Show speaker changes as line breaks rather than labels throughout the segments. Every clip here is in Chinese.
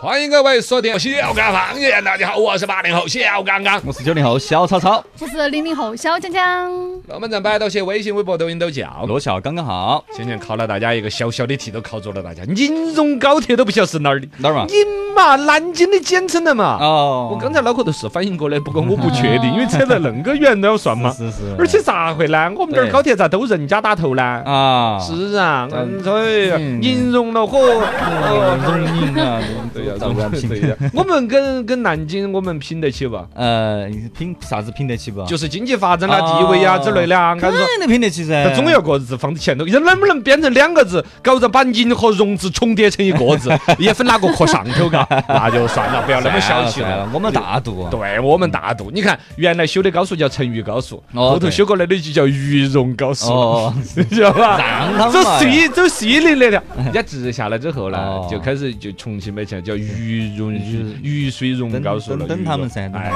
欢迎各位收听小刚方言，大家好，我是八零后小刚刚。
我是九零后小草草，
这是零零后小江江，
龙门阵摆到些，微信、微博、抖音都叫。
落校刚刚好，
今天考了大家一个小小的题，都考着了大家。宁荣高铁都不晓得是哪儿的，
哪儿嘛？
宁嘛，南京的简称的嘛。
哦，
我刚才脑壳头是反应过来，不过我不确定，因为扯得那个远都要算 嘛。
是是，
而且咋会呢？我们这儿
对
高铁咋都人家打头呢？
啊，
是啊，
嗯
哎呀，
嗯
宁荣了嚯！哦
容易啊，
对呀
都不敢拼，
对呀我们跟跟南京，我们拼得起吧？
呃，拼啥子拼得起不？
就是经济发展啦、地位呀
哦
之类啊的啊。俺说，
肯定拼得起噻，
但总有个字放在前头，人能不能编成两个字，搞着把宁和荣字重叠成一个字，也分哪个搁上头嘎？ 那就算了，不要那么小气
算了
了。
算了我们大度，
对我们大度，你看原来修的高速叫成渝高速，
哦
后头
对
修过来的就叫渝蓉高速，
哦，
知道吧？
让他
走
们嘛呀哎
西走西的那条，人家直下来之后呢
哦，
就开始就重庆买起来叫渝蓉渝水蓉
等
高速了，
等等
渝
他们
蓉
噻，
哎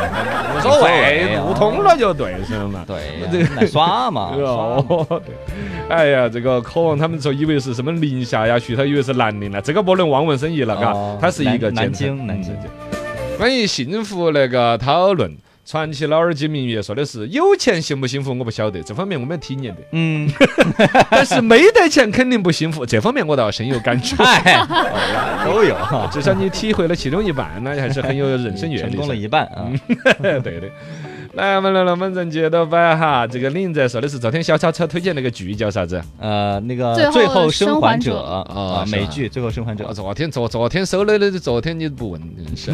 无
无所谓，路通，了就对是嘛。
对
这
呀，来耍嘛，耍嘛
哦，哎呀，这个渴望他们说以为是什么宁夏呀，徐他以为是南宁了，这个不能望文生义了，嘎、
哦
它是一个
南
简称
南京南京。
嗯关于幸福那个讨论，传奇老耳机明月说的是有钱幸不幸福我不晓得，这方面我没有体 验的，
嗯，。
但是没得钱肯定不幸福，这方面我倒深有感触
嗨，哎都 有哈，
至少你体会了其中一半，那还是很有人生阅
成
历
功了
的。
一半啊，
嗯对的。来，我们来龙门阵接着摆哈。这个林在说的是昨天小超超推荐那个剧叫啥子？
呃，那个
最后
最后生还
生还者
啊，
是吧
美剧《最后生还者
哦，》昨天昨昨天收了的，昨天你不问 是，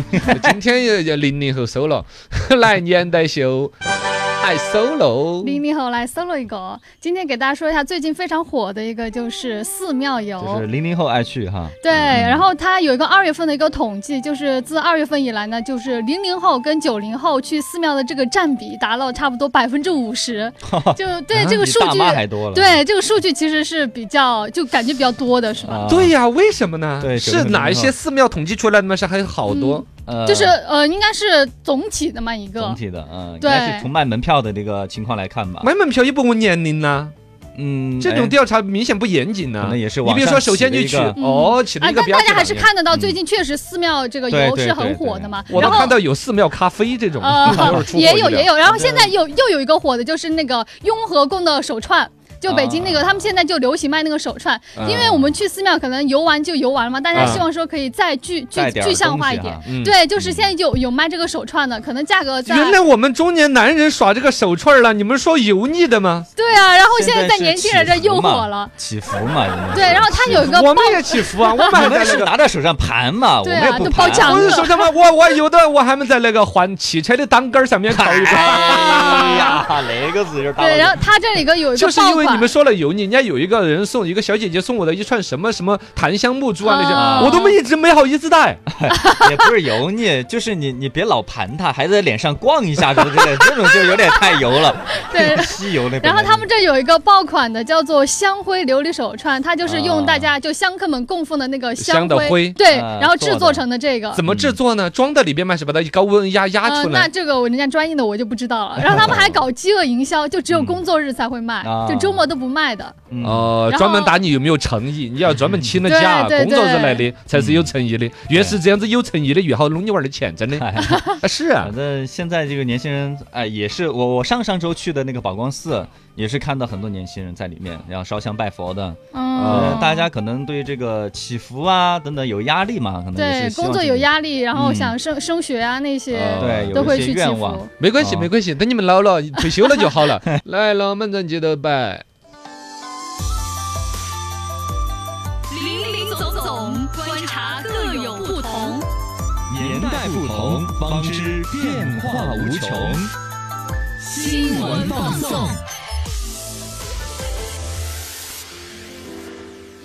今天也也零零后收了， 来年代秀，爱哎收喽。
零零后来 solo 一个。今天给大家说一下最近非常火的一个就是寺庙
就
游
是。零嗯零后爱去哈，
对，然后它有一个二月份的一个统计，就是自二月份以来呢，就是零零后跟九零后去寺庙的这个占比达到差不多百分之 五十，就对这个
比
数
啊大
据，
妈还多了，
对这个数据其实是比较就感觉比较多的是
啊，
吧？
对呀、为什么呢？
对
是哪一些寺庙统计出来的吗？是还有好多、
呃，
就是呃，应该是总体的嘛一个
总，体的，嗯，应
对
该是从卖门票的这个情况来看吧，
买门票也不问年龄呐、
嗯，
这种
哎
调查明显不严谨呐、
可能也是
你
网
比如
上
说，首先就
起
取
了一个
哦，起了
啊，
一个
但
标
大
志
家
吧
还是。看得到，
嗯
最近确实寺庙这个
对
游
对
是
对
很
对
火的嘛。
我
然
都
后
看到有寺庙咖啡这种，
呃，也有也
有。
有。然后现在有又有一个火的，就是那个雍和宫的手串。就北京那
啊
个，他们现在就流行卖那个手串，因为我们去寺庙可能游玩就游玩嘛，大家希望说可以再具具
啊哎带点儿
具象化一
东西
点
哈。
嗯
对，就是现在有有卖这个手串的，可能价格在
原来我们中年男人耍这个手串了，你们说油腻的吗？
对啊，然后现在
现在
在
是
年轻人这
起伏
又
嘛
火了，
起伏嘛，真的
对，然后它有一 个
我
爆
们，也祈福啊，我们
我
还在
们
那
是
个。
拿在手上盘嘛，我
对
们也
啊，
不
就包
盘，
奖
不 是
乐，
说什么，我我有的我还没在那个换汽车的挡杆儿上面扣一下，
哎呀，那个字有点打我
对，然后它这里个有一个
就是因为
爆
你
款
们说了油腻，人家有一个人送一个小姐姐送我的一串什么什么檀香木珠啊那些，
啊
我都没一直没好意思戴，
也不是油腻，就是你你别老盘它，还在脸上逛一下什么之类的，这种就有点太油了，
对，
吸油那。
然后他们这有一个爆款的，叫做香灰琉璃手串，它就是用大家就香客们供奉的那个
香的
灰，
灰
对，
啊
然后
做
制
的
作成的这个。
怎么制作呢？装到里边嘛，是把它高温压压
呃
出
那
来。
这个我人家专业的我就不知 道了。然后他们还搞饥饿营销，就只有工作日才会卖
嗯啊，
就周末都不卖的。
嗯
哦
然，后
专门打你有没有诚意？你要专门请了
对
假，
对嗯
工作日
对
来的才是有诚意的。越是这样子有诚意的，越好弄你娃儿的钱，真的。
哎
嗯
啊是啊
反，正现在这个年轻人，哎，也是我我上上周去的那个宝光寺，也是看到很多年轻人在里面，然后烧香拜佛的。
哦
呃
啊
嗯，
哦大家可能对这个祈福啊等等有压力嘛，可能也
对
是希望
工作
这
有
个
压力，然后
嗯
想升升学啊那些
哦
对有
都
一
会
些
去祈
愿望
福。
没关系，
哦
没关系，等你们老了退休了就好了。 来，龙门阵接着摆。
林林总总，观察各有不同。
年代不同，方知变化无穷。
新闻放送，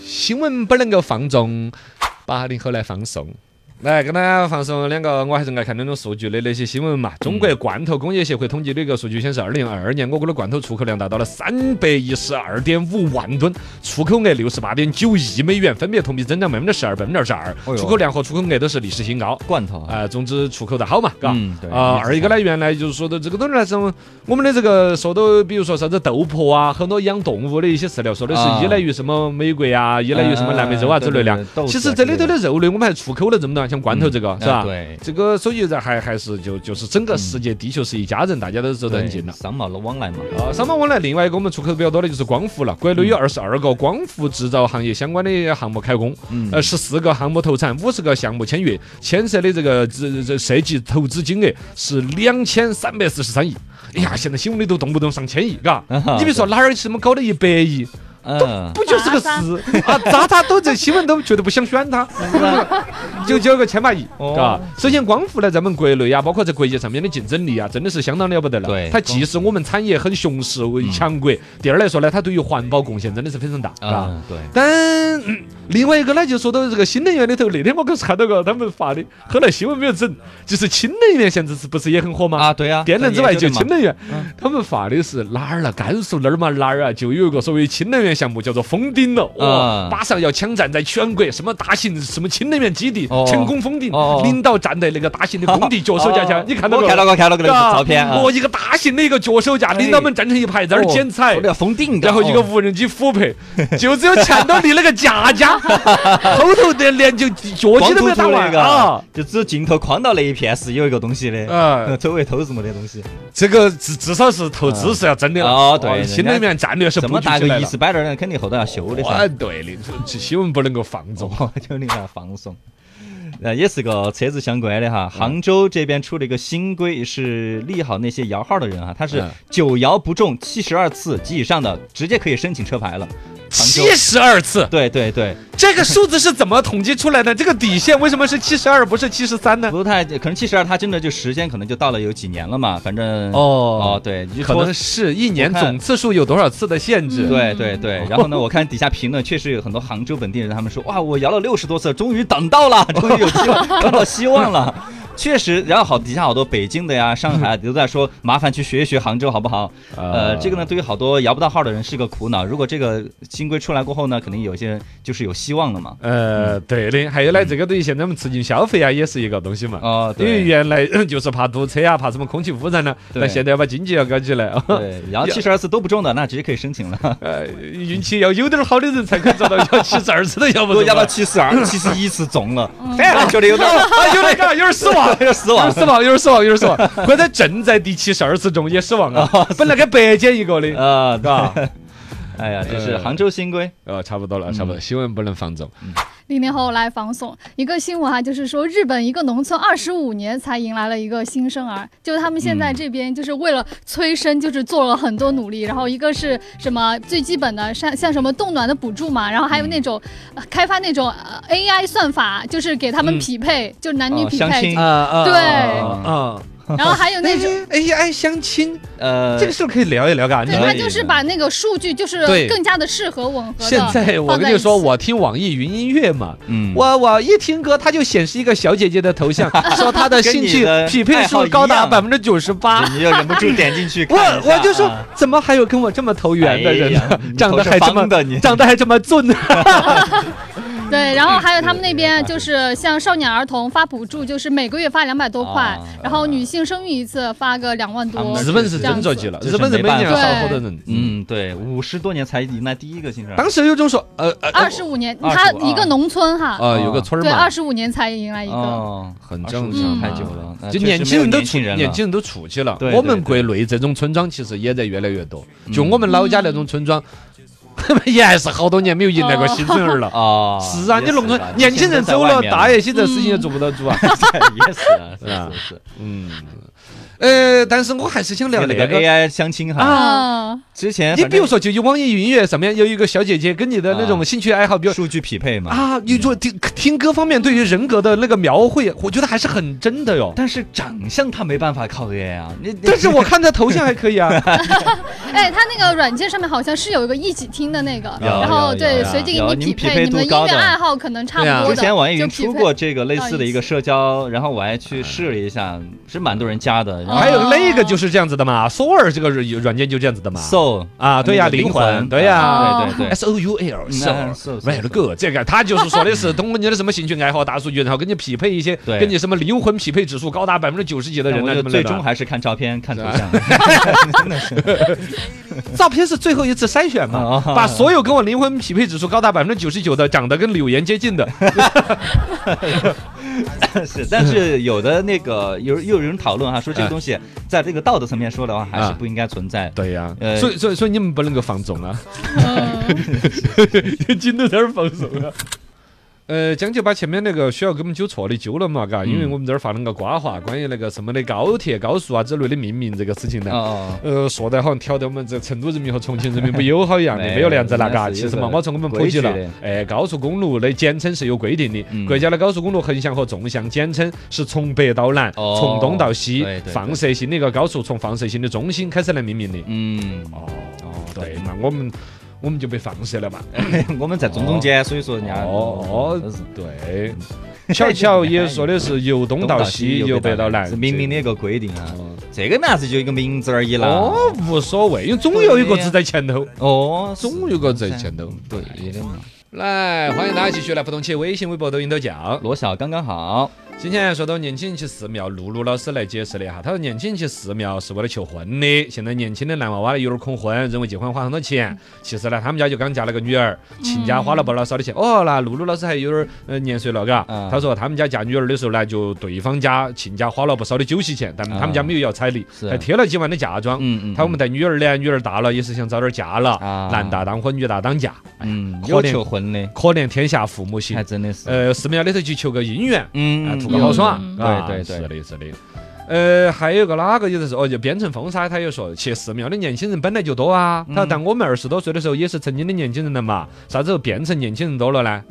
新闻不能够放纵，八零后来放送。来跟大家放松两个，我还是爱看那种数据的那些新闻嘛。中国罐头工业协会统计的一个数据显示，二零二二年我国的罐头出口量达到了三百一十二点五万吨，出口额六十八点九亿美元，分别同比增长百分之十二、百分之二十二，
呦
出口量和出口额都是历史新高。
罐头啊，
啊、总之出口的好嘛，嘎、
嗯对
啊、
没错
二一个呢，原来就是说的这个东西呢，是我们的这个说的，比如说啥子豆粕啊，很多养动物的一些饲料，说的
啊
是依赖于什么美国呀、依赖于什么南美洲
嗯
啊
嗯嗯
之类的
对
啊
对对。豆子啊
其实这里头的肉类，我们还出口了这么多，像罐头这个、是吧？
啊对
这个所以在还还是就就是整个世界地球是一家人，大家都走得很近了。
商贸的往来嘛，
呃，商贸往来，另外一个我们出口比较多的就是光伏了。国内有二十二个光伏制造行业相关的项目开工，
嗯
呃，十四个项目投产，五十个项目签约，牵涉的这个这这涉及投资金额是两千三百四十三亿。哎呀，现在新闻里都动不动上千亿，嘎
啊哈，
你别说哪儿什么搞的一百亿，
嗯，
不就是个嗯事 啊？咋咋都这新闻都觉得不想选他，就就有个千把亿，
哦
嘎。首先，光伏呢，咱们国内啊，包括在国际上面的竞争力啊，真的是相当了不得了。
对嗯
它既是我们产业很雄实、为强国，第二来说呢，它对于环保贡献真的是非常大，嘎。
啊，对，
但、嗯另外一个呢，就说到这个新能源里头，那天我可是看到个他们发的，后来新闻没有整，就是氢能源现在是不是也很火吗？
啊，对啊，
电能之外就氢
能，
能源
嗯，
他们发的是哪儿了？甘肃那儿嘛哪儿啊？就有一个所谓氢能源项目叫做封顶了，哇
啊，
马上要枪战在全国什么大型什么氢能源基地
哦
成功封顶
哦哦，
领导站在那个大型的工地脚手架下
哦，
你看到
我
没
看到哎
有？
过，看到过那个照片啊，
哦，一个大型的一个脚手架，领导们站成一排在
哦
那儿剪彩
啊我。要封顶的，
然后一个
哦
无人机 俯拍，就只有前头离了个架架，后头的连就脚
光
鸡都
秃
没有打
秃那
完
个哎
啊！，
就只有镜头框到那一片是有一个东西的，
嗯，
周围都是没得东西，
这个至至少是投资是要啊真的了
哦对
哇
人家
新能源战略是
这么
布局
大
起来
个
了
仪式摆那儿，肯定后头要修的噻。
啊，对的，这新闻不能够放纵。
我就令人放松。呃，也是个车子相关的
嗯
哈。杭州这边出了一个新规，是利好那些摇号的人哈，他是
嗯
九摇不中七十二次及以上的，直接可以申请车牌了。杭州
七，十二次，
对对对，
这个数字是怎么统计出来的？这个底线为什么是七十二，不是七十三呢？
不太可能七十二，他真的就时间可能就到了有几年了嘛，反正
哦
哦对，你就
可
拖
能是一年
我看嗯
总次数有多少次的限制？
对对
哦
对，然后呢，我看底下评论确实有很多杭州本地人，他们说哇，我摇了六十多次，终于等到 了，终于有希望，等到希望了。确实，然后好底下好多北京的呀、上海的啊都在说，麻烦去学一学杭州好不好？呃，这个呢，对于好多摇不到号的人是个苦恼。如果这个新规出来过后呢，肯定有些人就是有希望了嘛。
呃，对的，还有呢，这个对于现在我们促进消费啊，也是一个东西嘛。
哦，
因为
对
原来 就是怕堵车啊，怕什么空气污染呢、
对
但现在要把经济要搞起来啊，
对，然后七十二次都不中的，那直接可以申请了。
呃，运气要有点儿好的人才可以做到要七十二次都要不嗯
如果
中
摇到
啊。
七十 二、七十一次中了，反而觉得有点儿
啊，有点嘎，有点儿 失望
有。点儿失
有
望
点。失望，有点失望，有点失望。或者正在第七十二次中也失 望啊，本来该白捡一个的，
啊，
是吧？
哎呀，这是
呃
杭州新规。
呃，差不多了，差不多了。新闻不能放纵，
零零后来放送一个新闻哈、就是说日本一个农村二十五年才迎来了一个新生儿，就是他们现在这边就是为了催生，就是做了很多努力。然后一个是什么最基本的，像像什么冻卵的补助嘛，然后还有那种、呃开发那种呃 AI 算法，就是给他们
嗯
匹配，就男女
哦
匹
相
配。
亲
啊啊
对
啊。
然后还有嗯那
但
种。
是 AI 哎相亲
呃，
这个是不是可以聊一聊嘎？你
对，
可
他
以
就是
的
把那个数据就是
对
更加的适合吻合的。
现在我跟你说，
放在一起
我听网易云音乐嘛，
嗯，
我我一听歌，它就显示一个小姐姐的头 像，说她的兴
跟你
趣
的
匹配
爱好
数
一
高达
样
百分之九十八。
你就忍不住点进去
我
看一下
我就说
啊，
怎么还有跟我这么投缘的人
哎呀
呢
你？
长得还这
头是方
么
的你
长得还这么俊啊呢？
对，然后还有他们那边就是像少年儿童发补助，就是每个月发两百多块，
啊
然后女性生育一次发个两万
他们。
多
那
日本是真着急了，
这是
日本人每年要少好多人。嗯，
嗯，对，五十多年才迎来第一个新生儿，
当时有种说，呃呃，
二十五年，
25
他一个农村哈，
呃有个村儿
对，
嘛
二，十五年才迎来一个。
哦，
很
25
正
年
常嗯
嘛
太久了，那确
就
实
年
没
轻
有
人都
年
出，
轻人
年
了
轻人都出去了
对。对
我们国内这种村庄其实也在越来越多，就我们老家那种村 庄， 也还是好多年没有迎来过新生儿了。
啊，
是啊，
也
你农村
吧
年轻 人走了，大，爷现在事情也
嗯
做不到主啊。
你现在在外面了也是啊，
啊
是是是，
嗯，呃，但是我还是想聊
那
那
个哎
个。呃
AI 相亲哈，
啊，
之前
你
反
比
正
如说，就有网易云音乐上面有一个小姐姐，跟你的那种
啊
兴趣爱好，比如
数据匹配嘛，
啊，你说听听歌方面对于人格的那个描绘，我觉得还是很真的哟。
但是长相他没办法靠 AI 啊，你
但是我看他头像还可以啊，
哎，它那个软件上面好像是有一个一起听的那个，
有
然
有
后
有
对
有
随机
有
给
你
匹
匹配
你们的
度
音
高
乐
的
爱好可能差不
对啊
多的，
之前网易云
就匹
出
配
过这个类似的一个
到一起嗯哎
社交，然后我还去试了一下，是蛮多人加的。然后
还有那个就是这样子的嘛，Soul 这个软软件就这样子的嘛。
Soul
啊，对呀，
那个
灵
灵
魂，
魂，啊
对呀。哎
哦
对对对。
S O U L
嗯
Soul
Soul，Soul，
Red Girl，这个他就是说的是通过你的什么兴趣爱好、大数据，然后给你匹配一些，
对
跟你什么灵魂匹配指数高达百分之九十几的人
我
呢，
就
什么
最
来的
终还是看照片、看头
是
像，
照片是最后一次筛选嘛，
哦
把所有跟我灵魂匹配指数高达百分之九十九的，长得跟柳岩接近的，
是。但是有的那个有又有人讨论哈，说
嗯
这个东西在这个道德层面说的话，还是
啊
不应该存在。
对呀
呃，
所以所以所以你们不能够放 纵啊，金都在这儿放松啊。呃，将就把前面那个需要给我们纠错的纠了嘛，嘎，因为我们这儿发了个瓜话，关于那个什么的高铁、高速啊之类的命名这个事情呢。
哦，
呃，说得好像挑得我们这成都人民和重庆人民不友好 一样的，
没有
没有那样子啦，
哎
嘎。
那是
其
有
实
个
嘛，我从我们普及了
规矩的，
哎，高速公路的简称是有规定的，
嗯
国家的高速公路横向和纵向简称是从北到南，
哦
从东到西
对对，对
放射性的一个高速从放射性的中心开始来命名的。
嗯，
哦，对嘛，我们我们就被放射了嘛。
我们在中中间，所以说人家
哦
真是
哦，对，巧巧嗯也说的是由东到西，由北到南，
是明明的一个规定啊。这个嘛，是就一个名字而已啦。
哦，无所谓，因为总有一个字在前头，
哦，
总有一个字在前头。
对的嘛。
来，欢迎大家继续来不同去微信、微博、抖音都叫。
罗小刚刚好，
今天说到年轻人去寺庙，露露老师来解释了一下，他说年轻人去寺庙是为了求婚的。现在年轻的男娃娃有点恐婚，认为结婚花很多钱。其实呢，他们家就刚嫁了个女儿，亲家花了不老少的钱。哦，那露露老师还有点儿呃年岁了，嘎
嗯。
他说他们家嫁女儿的时候呢，就对方家亲家花了不少的酒席钱，但他们家没有要彩礼，
啊是
还贴了几万的嫁妆。
嗯嗯，
他说我们带女儿呢，女儿大了也是想早点嫁了
啊，
男大当婚，女大当嫁，
嗯
可
有
怜
求婚的，
可怜天下父母心
还。真的是，
呃，寺庙里头去求个姻缘，啊，
嗯，
图个好爽，
有
啊
对对
是
对，
的，是的。呃，还有个哪个也是哦，就边城风沙，他也说去寺庙的年轻人本来就多啊。
嗯
他说，但我们二十多岁的时候也是曾经的年轻人了嘛，啥时候变成年轻人多了呢？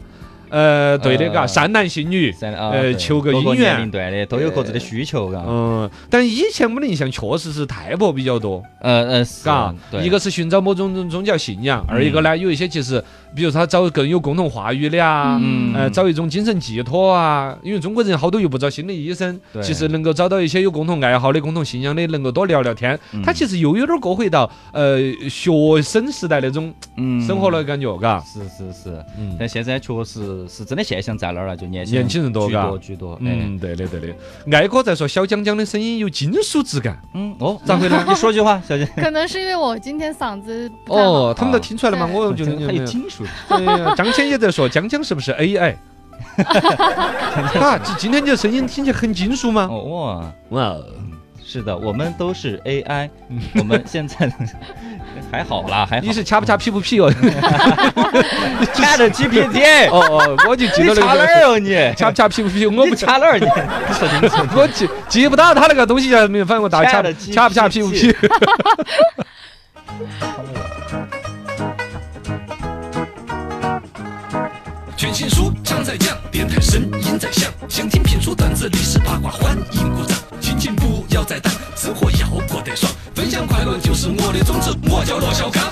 呃，对的，嘎，
呃
善男信女，
三啊
呃
对
求个
各
姻
年
缘
龄段的都有各自的需求，嘎，
嗯，但以前我们的印象确实是泰伯比较多，
呃呃是
嘎
啊，，对，
一个是寻找某种宗教信仰，二一个呢，有一些其实，比如他找更有共同话语的啊，
嗯
呃，找一种精神寄托啊，因为中国人好多又不找心理医生，
对
其实能够找到一些有共同爱好的、共同信仰的，能够多聊聊天
嗯，
他其实又有点过回到呃学生时代那种
嗯
生活的，感觉，嘎，
是是是，
嗯
但现在确实是真的现象在那儿了，就年
年轻人多
居
嘎
多居多，哎，
嗯，对的对的。艾哥在说小江江的声音有金属质感，
嗯哦，
咋回呢？
你说句话，小姐，
可能是因为我今天嗓子不太好
哦，他们都听出来了吗？
对
我觉得
还有金属，
对呀，张谦也在说江江是不是 AI？啊，这今天这声音听起来很金属吗？
哦嗯哇。
哇哦，
是的，我们都是 AI，我 们现在还好啦，还好
你。是掐不掐屁不屁哦？
Chat GPT，
哦哦，我就记
你
得
查
那
哪
个
儿哦你？
掐 不掐屁不屁，我
你
不掐，
查哪 儿你？
我记记不到他那个东西叫什么，反正我打掐
ChatGPT
掐不掐屁不屁。
全新书唱在酱，电台声音在响，想听评书、段子、历史八卦，欢迎鼓掌。心情不要再淡，生活要过得爽，分享快乐就是我的宗旨，我叫罗小刚。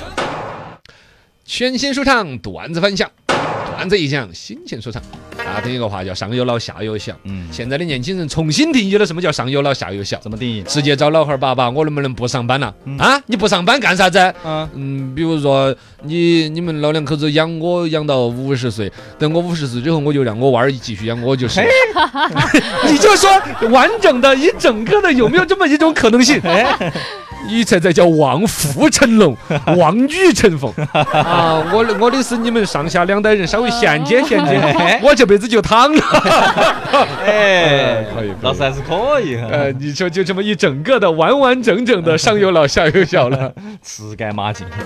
全新说唱，段子分享，段子一讲，新鲜说唱。啊，听一个话叫上有老下有小。
嗯
现在的年轻人重新定义了什么叫上有老下有小。
怎么定义？
直接找老汉儿爸爸，我能不能不上班了、啊，你不上班干啥子？
啊，
嗯，比如说你你们老两口子养我养到五十岁，等我五十岁之后，我就让我娃儿继续养我就是了。 你就说完整的一整个的有没有这么一种可能性？你这才叫望夫成龙，望女成凤啊！我的我的是你们上下两代人稍微衔接衔接
哎，
我这辈子就躺了。
哎
可以可以
老师还是可以啊哈
呃，，你说就这么一 整个的完完整整的上有老下有小了。
吃该马进。
哎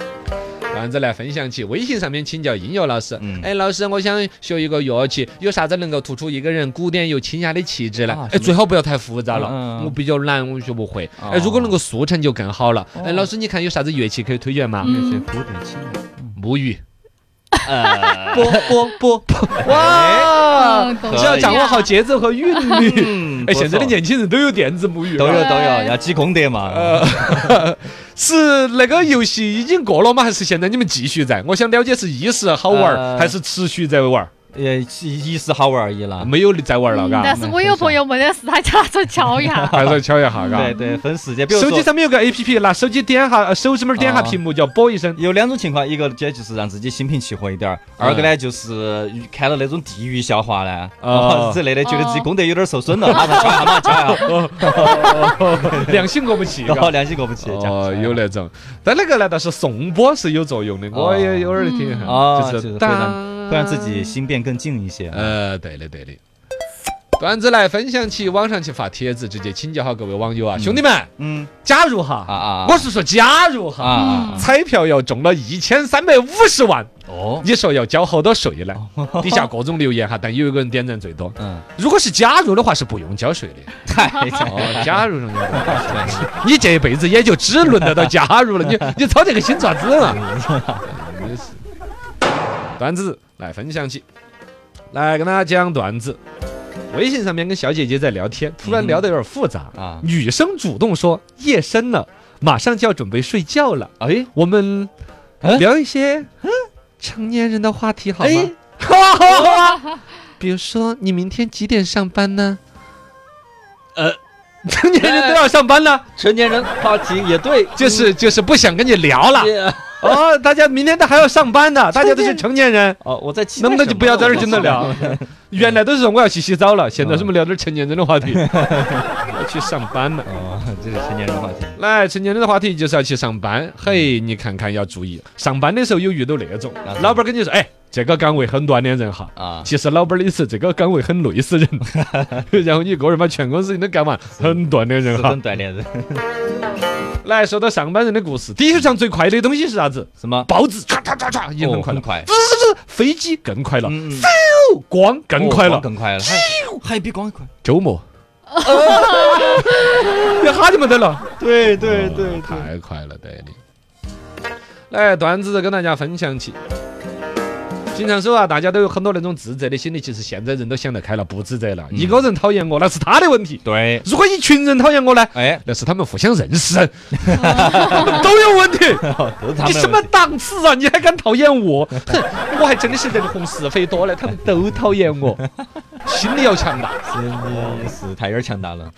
样子来分享起。微信上面请教音乐老师
嗯，
哎，老师，我想学一个乐器，有啥子能够突出一个人古典又清雅的气质
啊
呢？
什么
哎，最好不要太复杂
嗯
了
嗯，嗯
我比较难，我学不会。
哦
哎，如果能够速成就更好了。
哦
哎，老师，你看有啥子乐器可以推荐吗？
嗯
古典器
木鱼。
呃，
波波波波，哇
嗯懂！
只要掌握好节奏和韵 律。
哦嗯
哎，现在的年轻人都有电子母语，
都有
对
都有，要记功德嘛。
呃 是那个游戏已经过了吗？还是现在你们继续在？我想了解是一时好玩
呃
儿，还是持续在玩儿？
呃，一时好玩而已啦。
没有在玩儿了，嘎。
但。是我有朋友没得事，他叫他去敲一下
还是敲一下，嘎
对。对，分时间，比如
手
说
机上面有个 A P P，拿手机点下，呃手指拇儿点下
啊
屏幕叫“啵” 一声。
有两种情况，一个这就是让自己心平气和一点儿，二个呢就是看到那种地域笑话呢，
嗯哦
之类的，觉得自己功德有点受损了，马上敲一下，马上 敲一下，
良心过不去，
啊然后
嘎。
良心过不去。这样
哦，有那种，但那个呢倒是颂钵是有作用的，我也有点儿听，
哦，
就
就是是会
当
让会让自己心变更静一些。
呃，对的对的。段子来分享起，网上去发帖子，直接请教下各位网友啊，兄弟们，
嗯
假如哈，
啊啊
我是说假如
啊
哈，
啊
彩票要中了一千三百五十万，
哦，
你说要交好多税呢？底下各种留言哈，但有一个人点赞最多。
嗯，
如果是假如的话，是不用交税的。
太强了，
哦，假如容易，你这一辈子也就只轮得到假如了，你你操这个心爪子嘛？真是段子来分享起，来跟大家讲段子。微信上面跟小姐姐在聊天，突然聊得有点复杂
嗯啊
女生主动说夜深了，马上就要准备睡觉了。
哎，
我们
哎
聊一些成年人的话题好
哎
吗？ 比如说，你明天几点上班呢？
呃，
成年人都要上班了，
成年人话题也对，
就是就是不想跟你聊
啊
了。哦，大家明天都还要上班的，大家都是成年人，
哦，我在期待
能不能
什
就
么
不要在这儿跟着聊？ 原来都是说我要去洗澡了，
嗯
现在是不是聊点成年人的 话题？要去上班了。
哦， 这是成年人话题。
来，成年人的话题就是要去上班。嘿，你看看要注意，上班的时候有遇到那种
啊，
老板跟你说，哎，这个岗位很锻炼人哈。
啊，
其实老板的意思，这个岗位很累死人，然后你一个人把全公司你都干完，很锻炼人
十
哈
分。锻炼人。
来说到上班人的故事，地球上最快的东西是啥子？
什么？
报纸唰唰唰唰也很
哦
快
很
了，
快，
飞机更快了，
嗯，嗯
光更快
哦
了，
更快了，还还比光快。
周 末，一哈就没得了。
对对对
哦太快了，对的。来，段子跟大家分享起。经常说啊，大家都有很多那种自责的心理，其实现在人都想得开了，不自责了。一个人讨厌我，那是他的问题；
对，
如果一群人讨厌我呢，
哎，
那是他们互相认识， 都有 问题。
都是他们的
你什么
问题
档次啊？你还敢讨厌我？ 哼，我还真的是人红是非多呢，他们都讨厌我，心理要强大。
真的是太有点强大 了，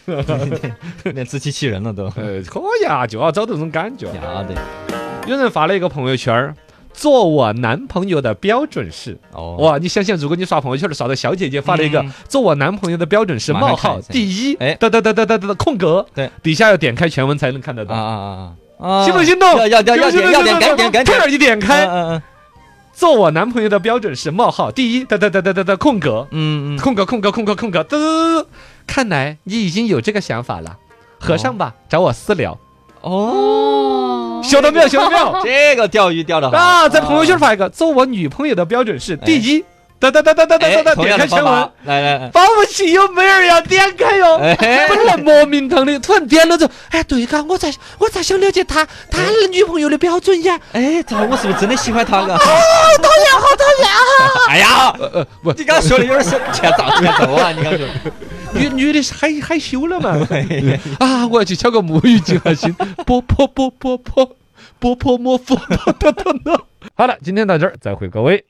连自欺欺人了都。
呃，可以啊，就要找这种感觉。
呀的，
有人发了一个朋友圈儿，做我男朋友的标准是。
哦，
哇，你想想，如果你刷朋友圈儿刷到小姐姐发了一个
嗯
做我男朋友的标准是
马上
冒
看
号
一下
第一，
哎
哒哒哒哒哒哒空格，
对，
底下要点开全文才能看得
啊
到，
啊啊啊！
心不心动？
要要要要
心不
点要
心
点，
动
赶紧赶紧
快！点你点
嗯
开，
嗯嗯
做我男朋友的标准是冒号第一，哒哒哒哒哒哒空格，
嗯嗯，
空格空格空格空格，嘚，看来你已经有这个想法了，合上吧，找我私聊，
哦，
哦，
晓得没有？晓得没有？
这个钓鱼钓的好
啊，哎在朋友圈发一个，做我女朋友的标准是第一，哒哒哒哒哒哒
哎
哒，哒，
同样
点开
的
全
方
文
法，，来来来，
保不齐有妹儿要点开哟。
哎
本来莫名堂的，突然点了之后，哎，对嘎，我才我才想了解他他的女朋友的标准呀。
哎，咋我是不是真的喜欢他个？
哎呀，呃呃，不，
你刚刚说的有点 像欠咋欠揍啊？你刚说，
女女的害害羞了嘛？ 啊，我要去敲个木鱼静下心，波波 波波波波波摸佛波的的呢。好了，今天到这儿，再会各位。